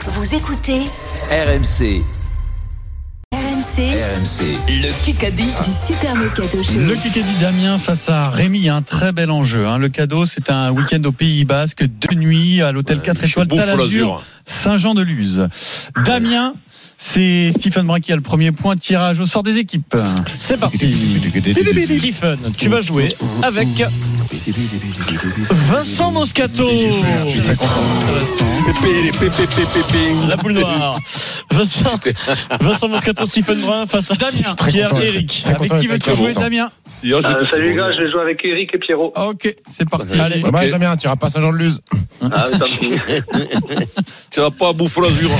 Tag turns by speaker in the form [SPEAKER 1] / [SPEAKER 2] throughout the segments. [SPEAKER 1] Vous écoutez
[SPEAKER 2] RMC,
[SPEAKER 1] RMC
[SPEAKER 2] RMC, le Kikadi.
[SPEAKER 1] du Super Moscato
[SPEAKER 3] euh,
[SPEAKER 1] Show.
[SPEAKER 4] Le Kikadi d'Amiens face à Rémi, un très bel enjeu. hein. Le cadeau, c'est un week-end au Pays Basque, deux nuits à l'hôtel 4 étoiles
[SPEAKER 3] beau sur
[SPEAKER 4] Talazur,
[SPEAKER 3] l'Azur.
[SPEAKER 4] Saint-Jean-de-Luz. Damien, c'est Stephen Brun qui a le premier point tirage au sort des équipes.
[SPEAKER 5] C'est parti. Stephen, tu vas jouer avec Vincent Moscato.
[SPEAKER 4] Je suis très content.
[SPEAKER 3] Pépé, les pépé, pépé, pépé.
[SPEAKER 5] La boule noire. Vincent, Vincent Moscato, Stephen Brun face à
[SPEAKER 4] Damien.
[SPEAKER 5] Pierre Eric.
[SPEAKER 4] Avec qui veux-tu
[SPEAKER 3] avec
[SPEAKER 4] jouer,
[SPEAKER 3] Vincent.
[SPEAKER 4] Damien
[SPEAKER 3] D'ailleurs, hein, je vais
[SPEAKER 6] Euh,
[SPEAKER 3] tout
[SPEAKER 6] salut les
[SPEAKER 3] vous
[SPEAKER 6] gars,
[SPEAKER 3] dire.
[SPEAKER 6] je vais jouer avec Eric et Pierrot.
[SPEAKER 4] Ah, Ok, c'est parti.
[SPEAKER 5] Allez.
[SPEAKER 3] Dommage, Ok.
[SPEAKER 7] Damien, tu iras pas Saint-Jean-de-Luz.
[SPEAKER 6] Ah, mais tant pis.
[SPEAKER 3] Tu vas pas à bouffer l'azur.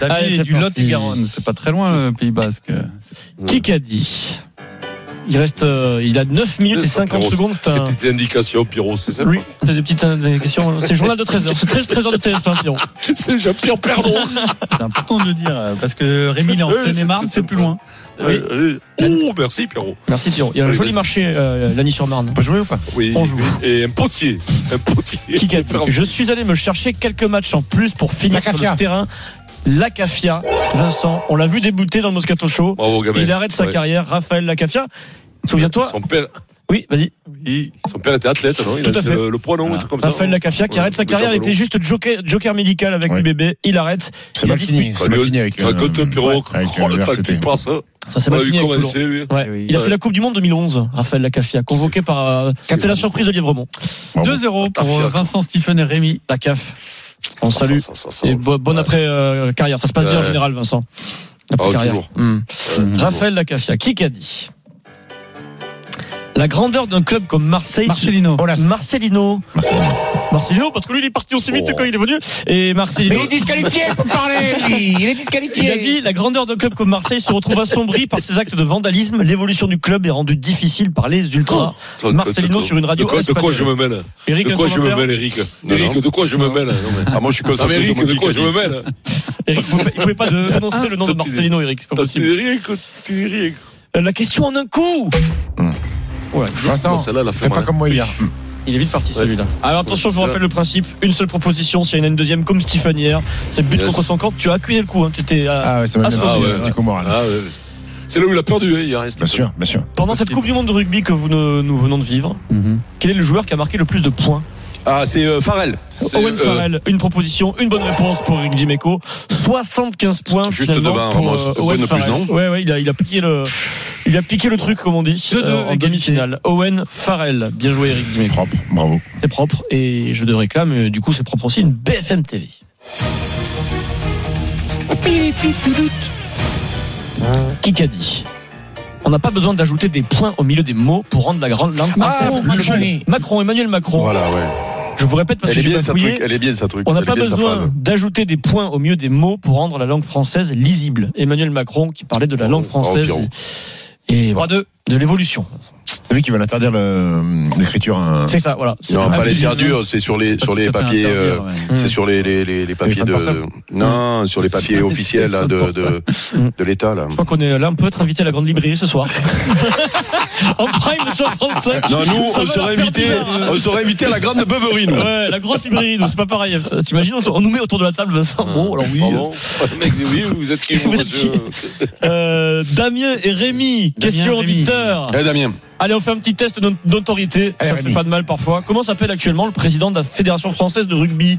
[SPEAKER 4] Damien
[SPEAKER 5] Allez,
[SPEAKER 4] est
[SPEAKER 5] c'est
[SPEAKER 4] du
[SPEAKER 5] parti.
[SPEAKER 4] Lot-et-Garonne, c'est pas très loin le Pays Basque.
[SPEAKER 5] Qui qu'a dit Il reste, euh, il a 9 minutes et 50
[SPEAKER 3] Pierrot,
[SPEAKER 5] secondes. C'est
[SPEAKER 3] Ces
[SPEAKER 5] un.
[SPEAKER 3] petites indications, Pierrot, c'est sympa.
[SPEAKER 5] Oui, c'est des petites indications. C'est le journal de 13h. C'est 13, 13h de TF1, Pierrot.
[SPEAKER 3] C'est déjà pire perdant.
[SPEAKER 4] C'est important de le dire, euh, parce que Rémi il est en
[SPEAKER 3] Oui,
[SPEAKER 4] Seine-et-Marne,
[SPEAKER 3] c'est-
[SPEAKER 4] c'est plus loin.
[SPEAKER 3] Oui. Euh, euh, Oh, merci, Pierrot.
[SPEAKER 5] Merci, Pierrot. Il y a un
[SPEAKER 3] Oui,
[SPEAKER 5] joli
[SPEAKER 3] vas-y.
[SPEAKER 5] marché, euh, Lagny sur Marne.
[SPEAKER 7] On peut jouer ou pas
[SPEAKER 3] Oui.
[SPEAKER 5] On joue.
[SPEAKER 3] Et un potier. Un potier.
[SPEAKER 5] Qui qu'a dit Je suis allé me chercher quelques matchs en plus pour finir
[SPEAKER 7] La
[SPEAKER 5] sur le
[SPEAKER 7] Cafia.
[SPEAKER 5] terrain. Lacafia, Vincent, on l'a vu débuter dans le Moscato Show.
[SPEAKER 3] Bravo, gamin.
[SPEAKER 5] Il arrête sa
[SPEAKER 3] Ouais.
[SPEAKER 5] carrière, Raphaël Lacafia. Souviens-toi
[SPEAKER 3] Son père,
[SPEAKER 5] Oui, vas-y.
[SPEAKER 4] Et
[SPEAKER 3] son père était athlète, non Il
[SPEAKER 5] Tout à
[SPEAKER 3] a
[SPEAKER 5] fait. Ah.
[SPEAKER 3] le, le poids, non Un truc comme ça.
[SPEAKER 5] Raphaël
[SPEAKER 3] non
[SPEAKER 5] Lacafia qui
[SPEAKER 3] Ouais,
[SPEAKER 5] arrête sa
[SPEAKER 3] le
[SPEAKER 5] carrière, il
[SPEAKER 3] javelot.
[SPEAKER 5] était juste joker, joker médical avec
[SPEAKER 7] Ouais.
[SPEAKER 5] l'UBB, il arrête. Il
[SPEAKER 7] C'est
[SPEAKER 5] a
[SPEAKER 7] mal
[SPEAKER 5] dit-
[SPEAKER 7] fini. C'est mal fini avec. euh,
[SPEAKER 3] Tu racontes, Pierrot.
[SPEAKER 7] ouais, avec,
[SPEAKER 3] Oh,
[SPEAKER 7] euh,
[SPEAKER 3] le
[SPEAKER 7] le
[SPEAKER 3] temps qui
[SPEAKER 7] RCT.
[SPEAKER 3] passe. hein.
[SPEAKER 5] Ça s'est
[SPEAKER 3] On
[SPEAKER 5] mal
[SPEAKER 3] a eu
[SPEAKER 5] fini avec Toulon.
[SPEAKER 3] commencé, oui.
[SPEAKER 5] Ouais.
[SPEAKER 4] Oui.
[SPEAKER 5] Il a
[SPEAKER 3] Ouais.
[SPEAKER 5] fait la Coupe du Monde 2011, Raphaël Lacafia, convoqué par. euh,
[SPEAKER 3] c'est
[SPEAKER 5] C'était la surprise de Lièvremont.
[SPEAKER 4] 2-0
[SPEAKER 3] T'as
[SPEAKER 4] pour
[SPEAKER 3] fait,
[SPEAKER 4] euh, Vincent, Stephen et Rémi.
[SPEAKER 5] La CAF. On
[SPEAKER 3] Ça,
[SPEAKER 5] salue.
[SPEAKER 3] ça, ça, ça.
[SPEAKER 5] Et bo- bonne
[SPEAKER 3] Ouais.
[SPEAKER 5] après euh, carrière. Ça se passe bien en
[SPEAKER 3] Ouais.
[SPEAKER 5] général, Vincent.
[SPEAKER 3] Ah,
[SPEAKER 5] Après carrière.
[SPEAKER 3] toujours.
[SPEAKER 5] Hmm.
[SPEAKER 3] Ouais, toujours.
[SPEAKER 5] Raphaël Lacafia, qui qu'a dit La grandeur d'un club comme Marseille.
[SPEAKER 4] Marcelino.
[SPEAKER 7] Oh là, c'est-
[SPEAKER 5] Marcelino. Marcelino, parce que lui, il est parti aussi vite
[SPEAKER 3] Oh.
[SPEAKER 5] quand il est venu. Et Marcelino.
[SPEAKER 7] disqualifié pour parler, Il est disqualifié.
[SPEAKER 5] Il a dit la grandeur d'un club comme Marseille se retrouve assombrie par ses actes de vandalisme. L'évolution du club est rendue difficile par les ultras.
[SPEAKER 3] Attends,
[SPEAKER 5] Marcelino
[SPEAKER 3] attends,
[SPEAKER 5] sur une radio
[SPEAKER 3] De quoi, de quoi je
[SPEAKER 5] espagnole.
[SPEAKER 3] me mêle
[SPEAKER 5] Eric,
[SPEAKER 3] Oh. De
[SPEAKER 5] un
[SPEAKER 3] quoi je me
[SPEAKER 5] commentaire
[SPEAKER 3] mêle, Eric Eric, de quoi je me mêle hein, Non, mais-
[SPEAKER 7] Ah, moi, je suis
[SPEAKER 3] Non, mais
[SPEAKER 7] concentré sur
[SPEAKER 3] Eric,
[SPEAKER 7] mon
[SPEAKER 3] de quoi je
[SPEAKER 7] Kikadi.
[SPEAKER 3] me mêle hein
[SPEAKER 5] Eric, vous pouvez- vous pouvez pas prononcer le nom de
[SPEAKER 3] Toi, tu-
[SPEAKER 5] Marcelino, Eric, c'est pas
[SPEAKER 3] T'as
[SPEAKER 5] possible.
[SPEAKER 3] Eric, t'as Eric.
[SPEAKER 5] Euh, La question en un coup
[SPEAKER 7] Vincent,
[SPEAKER 3] Non, celle-là, elle a fait
[SPEAKER 7] fais pas
[SPEAKER 3] mal.
[SPEAKER 7] comme moi hier.
[SPEAKER 5] Il est vite parti
[SPEAKER 3] Ouais.
[SPEAKER 5] celui-là. Alors attention, je vous
[SPEAKER 3] Ouais.
[SPEAKER 5] rappelle le principe une seule proposition, s'il y en a une deuxième, comme Stéphane hier, c'est but
[SPEAKER 3] Yes.
[SPEAKER 5] contre son camp. Tu as accusé le coup, hein. tu étais, euh,
[SPEAKER 7] Ah ouais, ça m'a mis
[SPEAKER 5] Ah
[SPEAKER 3] ouais.
[SPEAKER 7] un petit coup moral.
[SPEAKER 3] Ah, ouais. C'est là où il a perdu, hein, hier. hein,
[SPEAKER 7] Bien
[SPEAKER 3] Stephen.
[SPEAKER 7] sûr, bien sûr.
[SPEAKER 5] Pendant cette Coupe du Monde de rugby que vous ne- nous venons de vivre,
[SPEAKER 7] Mhm.
[SPEAKER 5] quel est le joueur qui a marqué le plus de points
[SPEAKER 3] Ah, c'est euh, Farrell. C'est,
[SPEAKER 5] Owen
[SPEAKER 3] euh,
[SPEAKER 5] Farrell, une proposition, une bonne réponse pour Eric Dimeco. 75 points
[SPEAKER 3] Juste
[SPEAKER 5] finalement,
[SPEAKER 3] devant
[SPEAKER 5] pour
[SPEAKER 3] Ramos.
[SPEAKER 5] euh,
[SPEAKER 3] Owen
[SPEAKER 5] Owen
[SPEAKER 3] plus,
[SPEAKER 5] Farrell.
[SPEAKER 3] non
[SPEAKER 5] ouais, ouais, il a, il a piqué le. Il a piqué le truc, comme on dit,
[SPEAKER 4] Deux-deux,
[SPEAKER 5] euh, en
[SPEAKER 4] égalité.
[SPEAKER 5] demi-finale. Owen Farrell, bien joué Eric Dimeco.
[SPEAKER 7] Propre, bravo.
[SPEAKER 5] C'est propre et je le réclame, euh, du coup c'est propre aussi, une BFM TV. Qui qu'a dit On n'a pas besoin d'ajouter des points au milieu des mots pour rendre la grande
[SPEAKER 7] Ah,
[SPEAKER 5] langue française.
[SPEAKER 7] le
[SPEAKER 5] Macron,
[SPEAKER 7] jury.
[SPEAKER 5] Macron, Emmanuel Macron.
[SPEAKER 8] Voilà, ouais.
[SPEAKER 5] Je vous répète parce
[SPEAKER 8] Elle est,
[SPEAKER 5] que j'ai
[SPEAKER 8] bien
[SPEAKER 5] pas
[SPEAKER 8] sa
[SPEAKER 5] fouillé.
[SPEAKER 8] truc, elle est bien sa truc.
[SPEAKER 5] On n'a
[SPEAKER 8] elle
[SPEAKER 5] pas
[SPEAKER 8] est bien sa
[SPEAKER 5] besoin
[SPEAKER 8] phrase.
[SPEAKER 5] d'ajouter des points au milieu des mots pour rendre la langue française lisible. Emmanuel Macron qui parlait de la
[SPEAKER 8] Oh,
[SPEAKER 5] langue
[SPEAKER 8] oh,
[SPEAKER 5] française
[SPEAKER 8] Pierrot.
[SPEAKER 5] et, et voilà,
[SPEAKER 4] 3-2.
[SPEAKER 5] de l'évolution.
[SPEAKER 7] T'as vu qu'ils veulent interdire le- l'écriture à un.
[SPEAKER 5] C'est ça, voilà. C'est-
[SPEAKER 8] Non,
[SPEAKER 7] Ah,
[SPEAKER 8] pas les
[SPEAKER 7] oui,
[SPEAKER 8] pierres
[SPEAKER 7] non.
[SPEAKER 8] dures, c'est sur les,
[SPEAKER 4] pas
[SPEAKER 8] sur
[SPEAKER 4] tout
[SPEAKER 8] les
[SPEAKER 4] à fait
[SPEAKER 8] papiers. euh,
[SPEAKER 4] interdire, ouais.
[SPEAKER 5] Mm.
[SPEAKER 8] C'est sur les, les, les, les papiers
[SPEAKER 7] Téléphone
[SPEAKER 8] de. Non, sur les papiers officiels là, de, de,
[SPEAKER 5] Mm.
[SPEAKER 8] de l'État. là.
[SPEAKER 5] Je crois qu'on est euh, là, on peut être invité à la grande librairie ce soir. en prime sur France 5.
[SPEAKER 3] Non, nous, on
[SPEAKER 5] Ah, Ça va
[SPEAKER 3] serait,
[SPEAKER 5] leur faire
[SPEAKER 3] invité,
[SPEAKER 5] bizarre, hein.
[SPEAKER 3] on serait invité à la grande beuverie, nous.
[SPEAKER 5] Ouais, la grosse librairie, nous, c'est pas pareil. Ça, T'imagines, on, se- on nous met autour de la table, Vincent.
[SPEAKER 8] Mmh.
[SPEAKER 5] Bon, alors oui.
[SPEAKER 3] Pardon Le mec dit oui, vous êtes qui, vous,
[SPEAKER 5] Vous êtes
[SPEAKER 3] monsieur
[SPEAKER 5] Euh, Damien et Rémi,
[SPEAKER 4] Damien
[SPEAKER 5] question
[SPEAKER 4] et Rémi.
[SPEAKER 5] auditeur.
[SPEAKER 8] Eh, Damien,
[SPEAKER 5] Allez, on fait un petit test d'au- d'autorité.
[SPEAKER 8] Eh,
[SPEAKER 7] Allez,
[SPEAKER 5] Ça
[SPEAKER 7] Rémi.
[SPEAKER 5] fait pas de mal parfois. Comment s'appelle actuellement le président de la Fédération française de rugby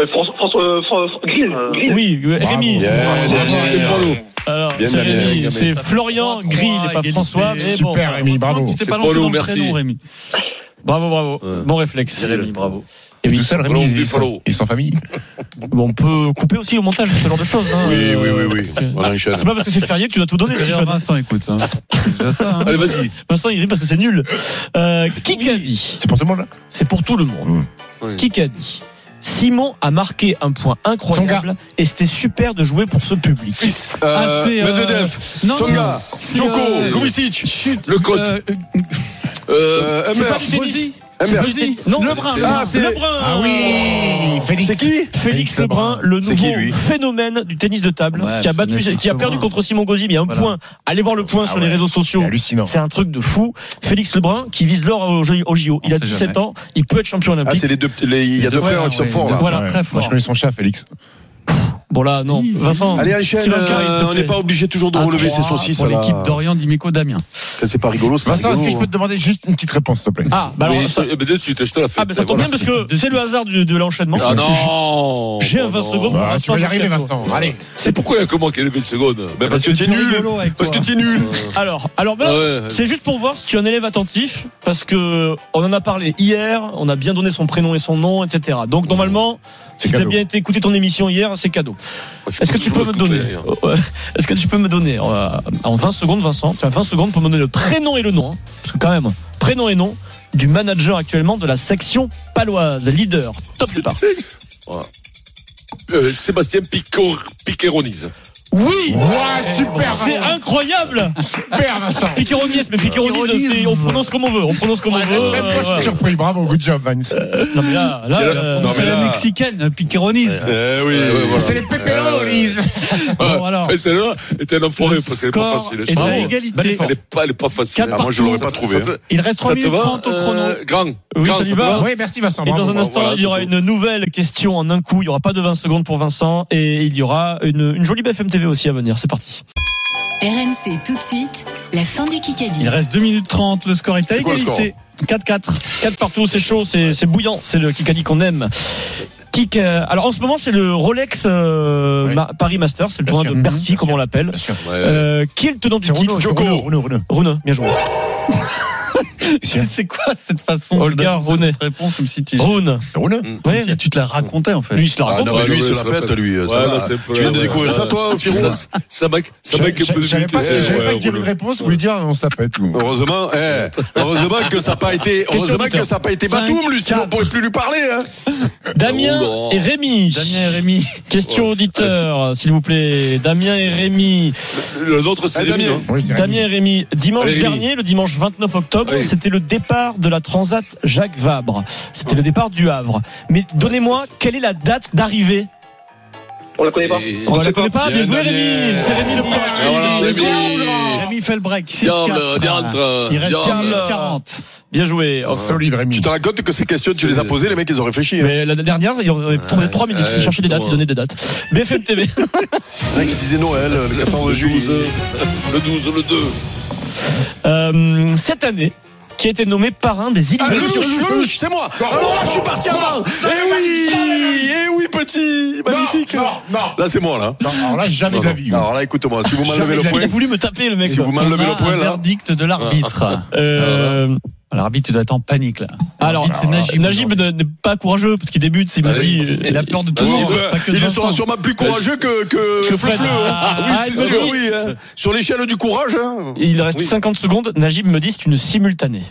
[SPEAKER 6] Euh, François, François, euh, Fran- Fran- Grill, Grill.
[SPEAKER 5] Oui, euh,
[SPEAKER 7] Bravo.
[SPEAKER 5] Rémi.
[SPEAKER 8] Yeah, Damien.
[SPEAKER 3] C'est pas nous.
[SPEAKER 5] Alors,
[SPEAKER 8] Bien,
[SPEAKER 5] c'est
[SPEAKER 8] Damien,
[SPEAKER 5] Rémi.
[SPEAKER 8] Damien.
[SPEAKER 5] C'est Florian
[SPEAKER 4] Trois,
[SPEAKER 5] Gris,
[SPEAKER 4] trois,
[SPEAKER 5] et pas
[SPEAKER 4] égalité.
[SPEAKER 5] François. mais bon.
[SPEAKER 7] Super, Rémi, bravo.
[SPEAKER 4] Tu t'es
[SPEAKER 3] C'est
[SPEAKER 4] pas lancé
[SPEAKER 3] Polo,
[SPEAKER 4] dans le
[SPEAKER 3] merci.
[SPEAKER 4] prénom, Rémi.
[SPEAKER 5] Bravo, bravo.
[SPEAKER 3] Ouais.
[SPEAKER 5] Bon réflexe.
[SPEAKER 3] bravo.
[SPEAKER 5] Et oui.
[SPEAKER 7] Tout seul,
[SPEAKER 3] Colombe,
[SPEAKER 7] Rémi, il est sans-
[SPEAKER 3] Buffalo.
[SPEAKER 7] il est sans famille.
[SPEAKER 5] Bon, on peut couper aussi au montage ce genre de choses. hein.
[SPEAKER 8] Oui, oui,
[SPEAKER 5] Euh,
[SPEAKER 8] oui, oui.
[SPEAKER 5] c'est-
[SPEAKER 8] On enchaîne.
[SPEAKER 5] C'est pas parce que c'est férié que tu dois tout donner.
[SPEAKER 4] D'ailleurs,
[SPEAKER 5] Stéphane.
[SPEAKER 4] Vincent, écoute. hein. C'est déjà ça. hein.
[SPEAKER 3] Allez, vas-y.
[SPEAKER 5] Vincent, il rit parce que c'est nul. Euh, qui qu'a dit
[SPEAKER 7] C'est pour tout le monde là
[SPEAKER 5] C'est pour tout le monde.
[SPEAKER 3] Oui.
[SPEAKER 5] Qui qu'a dit Simon a marqué un point incroyable et c'était super de jouer pour ce public.
[SPEAKER 3] Fils.
[SPEAKER 4] Ah,
[SPEAKER 3] Euh,
[SPEAKER 4] c'est, euh,
[SPEAKER 3] Medvedev.
[SPEAKER 4] non,
[SPEAKER 3] Songa.
[SPEAKER 4] c'est,
[SPEAKER 3] Djoko.
[SPEAKER 4] euh,
[SPEAKER 3] Lumicic.
[SPEAKER 4] Chut.
[SPEAKER 3] Le coach.
[SPEAKER 4] euh, euh,
[SPEAKER 3] Euh,
[SPEAKER 5] C'est
[SPEAKER 3] Emmer.
[SPEAKER 5] pas du tennis.
[SPEAKER 4] c'est
[SPEAKER 3] Emmer.
[SPEAKER 4] pas Zidane.
[SPEAKER 5] Non.
[SPEAKER 4] Non, Lebrun.
[SPEAKER 3] C'est-
[SPEAKER 5] Ah,
[SPEAKER 3] Ah, c'est-
[SPEAKER 5] Lebrun.
[SPEAKER 7] Félix.
[SPEAKER 3] C'est qui
[SPEAKER 5] Félix Lebrun, le
[SPEAKER 8] C'est qui,
[SPEAKER 5] nouveau
[SPEAKER 8] lui
[SPEAKER 5] phénomène du tennis de table,
[SPEAKER 4] Ouais,
[SPEAKER 5] qui a battu,
[SPEAKER 4] Félix
[SPEAKER 5] qui a perdu
[SPEAKER 4] Lebrun.
[SPEAKER 5] contre Simon Gauzy, mais il y a un
[SPEAKER 4] Voilà.
[SPEAKER 5] point. Allez voir le point
[SPEAKER 7] Ah
[SPEAKER 5] sur
[SPEAKER 7] ouais.
[SPEAKER 5] les réseaux sociaux.
[SPEAKER 7] C'est hallucinant.
[SPEAKER 5] C'est un truc de fou. Félix Lebrun qui vise l'or au J- au JO. Il
[SPEAKER 4] On
[SPEAKER 5] a
[SPEAKER 4] sait
[SPEAKER 5] 17
[SPEAKER 4] jamais.
[SPEAKER 5] ans, il peut être champion
[SPEAKER 8] Ah,
[SPEAKER 5] olympique.
[SPEAKER 8] c'est les deux. les- Il y a deux
[SPEAKER 4] deux
[SPEAKER 8] frères
[SPEAKER 4] frères,
[SPEAKER 8] qui sont
[SPEAKER 4] ouais,
[SPEAKER 8] forts
[SPEAKER 4] deux
[SPEAKER 8] là.
[SPEAKER 5] voilà,
[SPEAKER 7] Ouais.
[SPEAKER 5] très
[SPEAKER 7] Moi,
[SPEAKER 5] fort.
[SPEAKER 7] je connais son chat, Félix.
[SPEAKER 5] Bon là, non. Vincent.
[SPEAKER 8] Allez, enchaîne.
[SPEAKER 5] Simon Carin, s'il
[SPEAKER 8] euh,
[SPEAKER 5] te
[SPEAKER 8] on
[SPEAKER 5] plaît.
[SPEAKER 8] n'est pas obligé toujours de
[SPEAKER 4] À
[SPEAKER 8] relever
[SPEAKER 4] trois
[SPEAKER 8] ses saucisses.
[SPEAKER 4] Pour
[SPEAKER 8] là.
[SPEAKER 4] l'équipe d'Orient, Dimico, Damien.
[SPEAKER 8] Ça, C'est pas rigolo, c'est pas
[SPEAKER 7] Vincent, est-ce
[SPEAKER 8] rigolo.
[SPEAKER 7] que je peux te demander juste une petite réponse, s'il te plaît
[SPEAKER 5] Oh. Ah, bah alors,
[SPEAKER 3] Mais
[SPEAKER 5] ça,
[SPEAKER 3] ça- Eh, mais de suite, je te la fais. Eh,
[SPEAKER 5] ah, bah, ça tombe bien parce que c'est le hasard du- de l'enchaînement.
[SPEAKER 3] Ah non
[SPEAKER 5] J'ai un 20 secondes.
[SPEAKER 7] Bah, Tu
[SPEAKER 5] Vincent
[SPEAKER 7] vas y arriver,
[SPEAKER 5] Moscato.
[SPEAKER 7] Vincent. Allez.
[SPEAKER 3] C'est pourquoi il n'y a que moi qui ai levé une seconde Ben parce que
[SPEAKER 4] c'est
[SPEAKER 3] t'es
[SPEAKER 4] plus
[SPEAKER 3] nul
[SPEAKER 4] rigolo avec
[SPEAKER 3] Parce que
[SPEAKER 4] toi.
[SPEAKER 3] t'es nul
[SPEAKER 5] Alors, alors ben,
[SPEAKER 3] Ah ouais.
[SPEAKER 5] c'est juste pour voir si tu es un élève attentif, parce que on en a parlé hier, on a bien donné son prénom et son nom, etc. Donc normalement, si t'as
[SPEAKER 7] cadeau.
[SPEAKER 5] bien été écouté ton émission hier, c'est cadeau. Est-ce que tu peux me donner
[SPEAKER 3] hein.
[SPEAKER 5] euh, Est-ce que tu peux me donner euh, en 20 secondes, Vincent Tu as 20 secondes pour me donner le prénom et le nom, hein, parce que quand même, prénom et nom du manager actuellement de la section paloise, leader, top départ.
[SPEAKER 3] Euh, Sébastien Picor... Piqueronise.
[SPEAKER 5] Oui.
[SPEAKER 7] Ouah, super,
[SPEAKER 5] C'est
[SPEAKER 7] Vincent.
[SPEAKER 5] incroyable
[SPEAKER 7] super, Vincent.
[SPEAKER 5] Piqueronis, mais Piqueronis, c'est- on prononce comme on veut, on prononce comme on veut.
[SPEAKER 7] Même moi, je
[SPEAKER 5] euh,
[SPEAKER 7] suis surpris. Bravo, good job, Vince.
[SPEAKER 5] Non mais là, là,
[SPEAKER 3] Il y a la-
[SPEAKER 5] euh,
[SPEAKER 3] Non, mais
[SPEAKER 4] C'est la
[SPEAKER 3] là-
[SPEAKER 4] mexicaine, Piqueronis.
[SPEAKER 3] Eh oui,
[SPEAKER 7] Euh, C'est les
[SPEAKER 5] Euh,
[SPEAKER 7] pépéronis.
[SPEAKER 4] Ah. Bon, alors.
[SPEAKER 3] C'est là, était un enfoiré parce qu'elle n'est pas
[SPEAKER 4] Score
[SPEAKER 3] facile. je
[SPEAKER 4] est
[SPEAKER 3] trouve.
[SPEAKER 4] à
[SPEAKER 5] Bravo. Bel
[SPEAKER 4] égalité.
[SPEAKER 5] effort.
[SPEAKER 3] Elle n'est pas, elle est pas facile.
[SPEAKER 5] Quatre
[SPEAKER 3] Ah, moi, je
[SPEAKER 5] partout.
[SPEAKER 3] l'aurais pas
[SPEAKER 8] Ça
[SPEAKER 3] trouvé. hein.
[SPEAKER 8] te-
[SPEAKER 4] Il reste 3
[SPEAKER 3] Ça te
[SPEAKER 4] minutes
[SPEAKER 3] va
[SPEAKER 4] 30 au chrono.
[SPEAKER 3] euh, Grand.
[SPEAKER 5] Oui,
[SPEAKER 3] Grand,
[SPEAKER 5] ça y
[SPEAKER 3] te
[SPEAKER 5] va.
[SPEAKER 7] Oui, merci, Vincent.
[SPEAKER 5] Et dans
[SPEAKER 7] bravo.
[SPEAKER 5] un instant,
[SPEAKER 3] voilà,
[SPEAKER 5] il y aura
[SPEAKER 3] c'est
[SPEAKER 5] une nouvelle question en un coup. Il n'y aura pas de 20 secondes pour Vincent et il y aura une, une jolie BFM TV aussi à venir. C'est parti.
[SPEAKER 1] RMC tout de suite, la fin du Kikadi.
[SPEAKER 4] Il reste 2 minutes 30. Le score est à
[SPEAKER 3] C'est quoi le score
[SPEAKER 4] égalité. 4-4.
[SPEAKER 5] 4 partout, c'est chaud, c'est c'est bouillant, c'est le Kikadi qu'on aime. Kik, euh, alors en ce moment, c'est le Rolex euh,
[SPEAKER 7] Ouais.
[SPEAKER 5] Ma- Paris Master, c'est le
[SPEAKER 7] Bien
[SPEAKER 5] tournoi
[SPEAKER 7] sûr.
[SPEAKER 5] de Bercy,
[SPEAKER 7] Bien
[SPEAKER 5] comme on
[SPEAKER 7] sûr.
[SPEAKER 5] l'appelle.
[SPEAKER 7] Bien sûr.
[SPEAKER 3] Ouais.
[SPEAKER 5] Euh, qui est le tenant du
[SPEAKER 7] C'est Renaud,
[SPEAKER 5] titre
[SPEAKER 7] c'est
[SPEAKER 3] Joko.
[SPEAKER 7] Renaud, Renaud, Renaud.
[SPEAKER 5] Rune, bien joué.
[SPEAKER 7] Tiens.
[SPEAKER 4] C'est quoi cette façon
[SPEAKER 5] Olga
[SPEAKER 4] de donner
[SPEAKER 5] Ronet.
[SPEAKER 4] cette réponse comme si tu,
[SPEAKER 5] Rune,
[SPEAKER 7] C'est Renaud
[SPEAKER 4] comme
[SPEAKER 5] ouais,
[SPEAKER 4] si tu te la racontais en fait
[SPEAKER 5] lui, il se la
[SPEAKER 3] Oh, Ah,
[SPEAKER 5] raconte.
[SPEAKER 3] non,
[SPEAKER 8] Ah,
[SPEAKER 3] ouais,
[SPEAKER 8] lui,
[SPEAKER 3] ouais,
[SPEAKER 8] il se
[SPEAKER 3] ça
[SPEAKER 8] la pète,
[SPEAKER 3] pète.
[SPEAKER 8] lui. ça
[SPEAKER 3] Ouais,
[SPEAKER 8] va.
[SPEAKER 3] là, c'est-
[SPEAKER 8] tu viens de découvrir ça, toi, Pierrot
[SPEAKER 3] Ça- Ça manque ça manque un peu de
[SPEAKER 7] J'avais
[SPEAKER 3] humilité.
[SPEAKER 7] pas j'avais pas
[SPEAKER 3] Ouais,
[SPEAKER 7] qu'il y avait
[SPEAKER 3] ouais. Oh,
[SPEAKER 7] une réponse ou lui dire on se la pète. ou-
[SPEAKER 8] Heureusement, eh, heureusement que ça n'a pas été, heureusement
[SPEAKER 5] auditeur.
[SPEAKER 8] que ça n'a pas été Batoum, lui, sinon on ne pourrait plus lui parler. Hein.
[SPEAKER 5] Damien
[SPEAKER 3] Oh là.
[SPEAKER 5] et Rémi.
[SPEAKER 4] Damien et Rémi
[SPEAKER 5] Question auditeur, s'il vous plaît. Damien et Rémi.
[SPEAKER 3] Le nôtre, c'est
[SPEAKER 8] Eh,
[SPEAKER 3] Damien.
[SPEAKER 8] Damien.
[SPEAKER 7] Oui, c'est
[SPEAKER 5] Damien et Rémi, dimanche
[SPEAKER 3] Allez, Rémi.
[SPEAKER 5] dernier, le dimanche 29 octobre,
[SPEAKER 3] Oui.
[SPEAKER 5] c'était le départ de la Transat Jacques Vabre. C'était le départ du Havre. Mais donnez-moi,
[SPEAKER 3] c'est-
[SPEAKER 5] quelle est la date d'arrivée
[SPEAKER 6] On la connaît pas.
[SPEAKER 3] Et-
[SPEAKER 5] On ne la connaît pas Bien
[SPEAKER 3] Bien,
[SPEAKER 5] joué
[SPEAKER 3] Damien.
[SPEAKER 5] Rémi C'est Rémi le premier.
[SPEAKER 3] Ah, voilà, Rémi. euh,
[SPEAKER 4] Rémi fait le break 6
[SPEAKER 3] Diable, diantre.
[SPEAKER 4] Il reste
[SPEAKER 3] diantre.
[SPEAKER 4] 4 minutes
[SPEAKER 5] Diable.
[SPEAKER 4] 40
[SPEAKER 5] Bien joué. Oh.
[SPEAKER 7] Solide, Rémi.
[SPEAKER 8] Tu te rends compte que ces questions, tu les as posées, les mecs, ils ont réfléchi. hein.
[SPEAKER 5] Mais la dernière, il y en avait trouvé 3 minutes.
[SPEAKER 3] ouais,
[SPEAKER 5] Il cherchait des dates,
[SPEAKER 3] ouais.
[SPEAKER 5] il donnait des dates. BFM TV.
[SPEAKER 8] Il y en a qui disaient Noël, euh, le 14
[SPEAKER 3] Le
[SPEAKER 8] juillet.
[SPEAKER 3] 12, le 12, le 2.
[SPEAKER 5] Euh, cette année, qui a été nommé parrain des
[SPEAKER 8] Ah,
[SPEAKER 5] Illuminés.
[SPEAKER 8] Lelouch, Lelouch, c'est moi Alors là, je suis parti avant Eh oui Eh oui, petit
[SPEAKER 7] Non,
[SPEAKER 8] Magnifique
[SPEAKER 7] Non, non.
[SPEAKER 8] Là, c'est moi, là.
[SPEAKER 7] Non, alors là, jamais de la
[SPEAKER 8] Non,
[SPEAKER 7] vie.
[SPEAKER 8] non. Alors là, écoute-moi, si vous m'enlevez le
[SPEAKER 7] Jamais de la
[SPEAKER 5] Il a
[SPEAKER 8] point,
[SPEAKER 5] voulu me taper le mec.
[SPEAKER 8] si
[SPEAKER 5] quoi.
[SPEAKER 8] vous
[SPEAKER 4] On
[SPEAKER 8] m'enlevez le
[SPEAKER 4] a
[SPEAKER 8] point,
[SPEAKER 4] un
[SPEAKER 8] là...
[SPEAKER 4] verdict de l'arbitre
[SPEAKER 5] Euh,
[SPEAKER 4] L'arbitre tu dois être en panique là
[SPEAKER 5] alors,
[SPEAKER 4] L'arbitre, c'est Najib
[SPEAKER 5] Najib ne- n'est pas courageux parce qu'il débute. Il me
[SPEAKER 3] Allez.
[SPEAKER 5] dit. euh,
[SPEAKER 4] Il a peur de tout le
[SPEAKER 3] Vas-y,
[SPEAKER 4] monde
[SPEAKER 3] ouais.
[SPEAKER 4] pas que de
[SPEAKER 8] Il est
[SPEAKER 4] Vincent.
[SPEAKER 8] sûrement plus courageux que, que,
[SPEAKER 5] Que
[SPEAKER 8] Fleu-Fleu,
[SPEAKER 5] Fred.
[SPEAKER 8] hein.
[SPEAKER 5] Ah,
[SPEAKER 8] Ah oui,
[SPEAKER 5] ah,
[SPEAKER 8] c'est sûr,
[SPEAKER 5] oui.
[SPEAKER 8] oui. hein. Sur l'échelle du courage. hein.
[SPEAKER 5] Il reste
[SPEAKER 3] Oui.
[SPEAKER 5] 50 secondes. Najib me dit c'est une simultanée.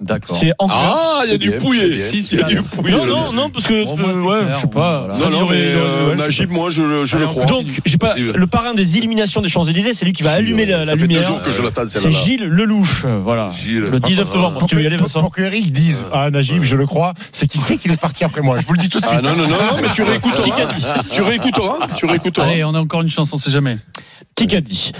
[SPEAKER 4] D'accord
[SPEAKER 5] C'est encore.
[SPEAKER 3] Ah, il y a
[SPEAKER 8] C'est
[SPEAKER 3] du
[SPEAKER 8] bien,
[SPEAKER 3] pouillé.
[SPEAKER 8] c'est bien.
[SPEAKER 3] Il y a
[SPEAKER 4] Si,
[SPEAKER 3] du
[SPEAKER 4] c'est
[SPEAKER 3] pouillé.
[SPEAKER 5] non,
[SPEAKER 3] là.
[SPEAKER 5] non, non, parce que.
[SPEAKER 4] Bon, moi,
[SPEAKER 5] euh,
[SPEAKER 4] c'est
[SPEAKER 5] ouais,
[SPEAKER 4] clair,
[SPEAKER 5] je sais
[SPEAKER 4] on-
[SPEAKER 5] pas.
[SPEAKER 4] voilà.
[SPEAKER 8] Non, non,
[SPEAKER 5] Enfin, il aurait-
[SPEAKER 8] mais
[SPEAKER 5] il aurait-
[SPEAKER 8] euh,
[SPEAKER 5] ouais, je sais
[SPEAKER 8] Najib, moi, je, je le
[SPEAKER 5] pas.
[SPEAKER 8] crois.
[SPEAKER 5] Donc, j'ai pas,
[SPEAKER 3] Possible.
[SPEAKER 5] le parrain des illuminations des Champs-Élysées, c'est lui qui va allumer la, la
[SPEAKER 8] Ça fait deux
[SPEAKER 5] lumière.
[SPEAKER 8] jours que je l'attends,
[SPEAKER 5] C'est
[SPEAKER 8] celle-là.
[SPEAKER 5] Gilles Lelouch, euh, voilà.
[SPEAKER 3] Gilles.
[SPEAKER 5] Le 19
[SPEAKER 3] Ah,
[SPEAKER 5] novembre.
[SPEAKER 7] Pour
[SPEAKER 5] Tu veux y
[SPEAKER 7] que-
[SPEAKER 5] aller,
[SPEAKER 7] pour-
[SPEAKER 5] Vincent
[SPEAKER 7] Pour que Eric dise Ah, Najib, je le crois, c'est qui sait qu'il est parti après moi. Je vous le dis tout de suite.
[SPEAKER 8] Ah non, non, non, non, mais tu
[SPEAKER 5] ah,
[SPEAKER 3] hein.
[SPEAKER 8] réécouteras. tu
[SPEAKER 5] hein.
[SPEAKER 8] réécouteras. Ah, Tu hein. réécouteras.
[SPEAKER 4] Allez on a encore une chance on sait jamais
[SPEAKER 5] Qui qu'a dit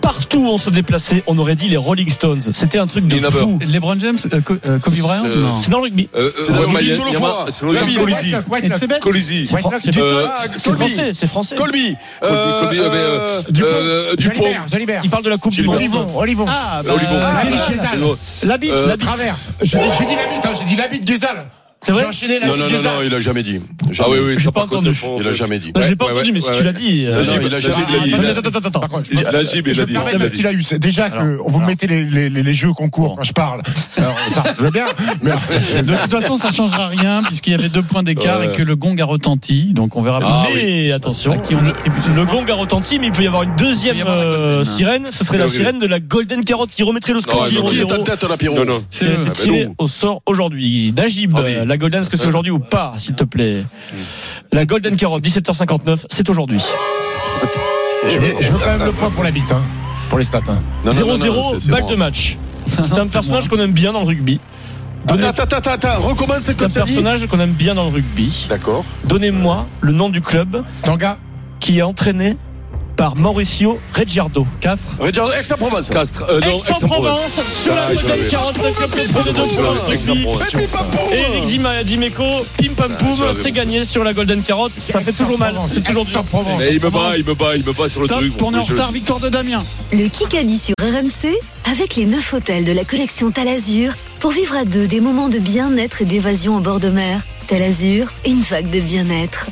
[SPEAKER 5] Partout où on se déplaçait, on aurait dit les Rolling Stones. C'était un truc de
[SPEAKER 3] Nina
[SPEAKER 5] fou.
[SPEAKER 4] LeBron James euh, Co- euh, Kobe Bryant
[SPEAKER 3] C'est-
[SPEAKER 4] Non
[SPEAKER 5] C'est dans le rugby.
[SPEAKER 3] Euh,
[SPEAKER 8] C'est
[SPEAKER 3] euh,
[SPEAKER 8] dans le
[SPEAKER 3] ouais,
[SPEAKER 8] milieu
[SPEAKER 3] il y a-
[SPEAKER 8] de
[SPEAKER 3] il y a
[SPEAKER 8] l'enfant.
[SPEAKER 3] ma- C'est dans le
[SPEAKER 7] White
[SPEAKER 3] milieu
[SPEAKER 7] Love,
[SPEAKER 3] de
[SPEAKER 7] White
[SPEAKER 3] Colisi.
[SPEAKER 7] Love, White
[SPEAKER 4] Et
[SPEAKER 7] Love.
[SPEAKER 4] c'est bête.
[SPEAKER 3] Colisi.
[SPEAKER 7] White Love,
[SPEAKER 5] C'est
[SPEAKER 7] c'est-
[SPEAKER 3] Euh,
[SPEAKER 5] c'est français, c'est français.
[SPEAKER 8] Colby.
[SPEAKER 3] Colby, Colby, mais, euh,
[SPEAKER 7] Dupont.
[SPEAKER 3] euh, Dupont.
[SPEAKER 7] Jalibert, Jalibert.
[SPEAKER 5] Il parle de la Coupe du
[SPEAKER 3] Gilbert.
[SPEAKER 5] Monde.
[SPEAKER 7] Olivon, Olivon.
[SPEAKER 4] Ah bah,
[SPEAKER 3] Olivon.
[SPEAKER 4] euh,
[SPEAKER 7] Denis
[SPEAKER 3] Ah,
[SPEAKER 7] Chézanne.
[SPEAKER 3] non.
[SPEAKER 4] La bite
[SPEAKER 3] Euh,
[SPEAKER 4] la bite
[SPEAKER 7] Travers. J'ai dit, j'ai dit la bite, hein, j'ai dit la bite des Halles.
[SPEAKER 5] C'est vrai
[SPEAKER 7] J'ai enchaîné la
[SPEAKER 8] Non, non,
[SPEAKER 7] bite
[SPEAKER 8] non,
[SPEAKER 7] des
[SPEAKER 8] non,
[SPEAKER 7] Halles.
[SPEAKER 8] il a jamais dit.
[SPEAKER 3] Ah
[SPEAKER 8] Jamais.
[SPEAKER 3] oui, oui, ça,
[SPEAKER 5] pas
[SPEAKER 3] par contre,
[SPEAKER 5] entendu.
[SPEAKER 3] fond,
[SPEAKER 8] Il a jamais dit.
[SPEAKER 5] Non, je l'ai
[SPEAKER 3] Ouais,
[SPEAKER 5] Bah, pas
[SPEAKER 3] ouais,
[SPEAKER 5] entendu, mais si
[SPEAKER 3] ouais,
[SPEAKER 5] tu l'as dit. euh,
[SPEAKER 3] Najib,
[SPEAKER 8] Non,
[SPEAKER 3] il a jamais
[SPEAKER 8] il a
[SPEAKER 3] dit.
[SPEAKER 8] dit.
[SPEAKER 5] Attends, attends, attends, attends.
[SPEAKER 7] Par contre,
[SPEAKER 3] Il- Najib, il
[SPEAKER 7] je
[SPEAKER 3] a
[SPEAKER 7] me
[SPEAKER 3] dit.
[SPEAKER 7] permets,
[SPEAKER 3] il a
[SPEAKER 7] Mathilde
[SPEAKER 3] dit.
[SPEAKER 7] Ayus, déjà que
[SPEAKER 4] Alors,
[SPEAKER 7] vous me
[SPEAKER 4] alors.
[SPEAKER 7] mettez les, les, les, les jeux au concours quand je parle. Alors, ça, je veux bien, mais
[SPEAKER 4] De toute façon, ça changera rien puisqu'il y avait deux points d'écart
[SPEAKER 3] Ouais.
[SPEAKER 4] et que le gong a retenti. Donc on verra.
[SPEAKER 3] Ah,
[SPEAKER 4] bien.
[SPEAKER 5] mais attention,
[SPEAKER 4] À qui on
[SPEAKER 5] le,
[SPEAKER 4] attribue ce
[SPEAKER 5] le
[SPEAKER 4] point
[SPEAKER 5] gong a retenti, mais il peut y avoir une deuxième
[SPEAKER 4] Il peut y avoir la
[SPEAKER 5] euh,
[SPEAKER 4] Golden.
[SPEAKER 5] sirène. Ce serait la
[SPEAKER 3] Ah Oui, oui.
[SPEAKER 5] sirène de la Golden Carotte qui remettrait le score
[SPEAKER 3] Non,
[SPEAKER 5] à
[SPEAKER 8] Qui,
[SPEAKER 3] non,
[SPEAKER 5] 0
[SPEAKER 8] qui est en tête, la Pierrot
[SPEAKER 3] Non, non.
[SPEAKER 5] Qui
[SPEAKER 4] C'est-
[SPEAKER 5] a été
[SPEAKER 3] Ah,
[SPEAKER 5] tiré
[SPEAKER 3] ben non.
[SPEAKER 5] au sort aujourd'hui. Najib,
[SPEAKER 3] Ah oui.
[SPEAKER 5] euh, la Golden, est-ce que c'est aujourd'hui ou pas, s'il te plaît La Golden Carotte, 17h59, c'est aujourd'hui.
[SPEAKER 7] je veux quand même le point pour la bite, hein, pour les stats. hein.
[SPEAKER 3] Ah,
[SPEAKER 8] Non, non, non, non,
[SPEAKER 5] 0-0,
[SPEAKER 8] c'est- c'est
[SPEAKER 5] balle
[SPEAKER 8] moi.
[SPEAKER 5] de match. C'est
[SPEAKER 4] Non,
[SPEAKER 5] un
[SPEAKER 4] c'est
[SPEAKER 5] personnage qu'on aime bien dans le rugby.
[SPEAKER 8] Attends, attends, attends, attends, recommence ce
[SPEAKER 5] C'est
[SPEAKER 8] que
[SPEAKER 5] un
[SPEAKER 8] ça dit.
[SPEAKER 5] personnage qu'on aime bien dans le rugby.
[SPEAKER 8] D'accord.
[SPEAKER 5] Donnez-moi le nom du club
[SPEAKER 7] Tanga,
[SPEAKER 5] qui a entraîné par Mauricio Reggiardo.
[SPEAKER 4] Castres
[SPEAKER 8] Regardez, Aix-en-Provence.
[SPEAKER 3] Castres, euh, non, Aix-en-Provence.
[SPEAKER 5] Aix-en-Provence sur la
[SPEAKER 3] Ah, je
[SPEAKER 5] modèle
[SPEAKER 3] l'avais.
[SPEAKER 5] 49 le plus de deux points,
[SPEAKER 3] Aix-en-Provence.
[SPEAKER 5] rugby.
[SPEAKER 3] Aix-en-Provence.
[SPEAKER 8] Mais pas pour
[SPEAKER 5] Et Eric Dima- Dimeco, pim pam
[SPEAKER 3] Ah, je
[SPEAKER 5] poum,
[SPEAKER 3] l'avais.
[SPEAKER 5] c'est gagné sur la Golden Carotte. Ça fait toujours mal, c'est toujours dur.
[SPEAKER 7] Provence.
[SPEAKER 3] Mais il me bat, il me bat, il me bat sur le
[SPEAKER 4] Top,
[SPEAKER 3] truc.
[SPEAKER 4] tournée en
[SPEAKER 3] Je-
[SPEAKER 4] retard, victoire de Damien.
[SPEAKER 1] Le Kikadi sur RMC avec les 9 hôtels de la collection Tal Azur pour vivre à deux des moments de bien-être et d'évasion en bord de mer. Tal Azur, une vague de bien-être.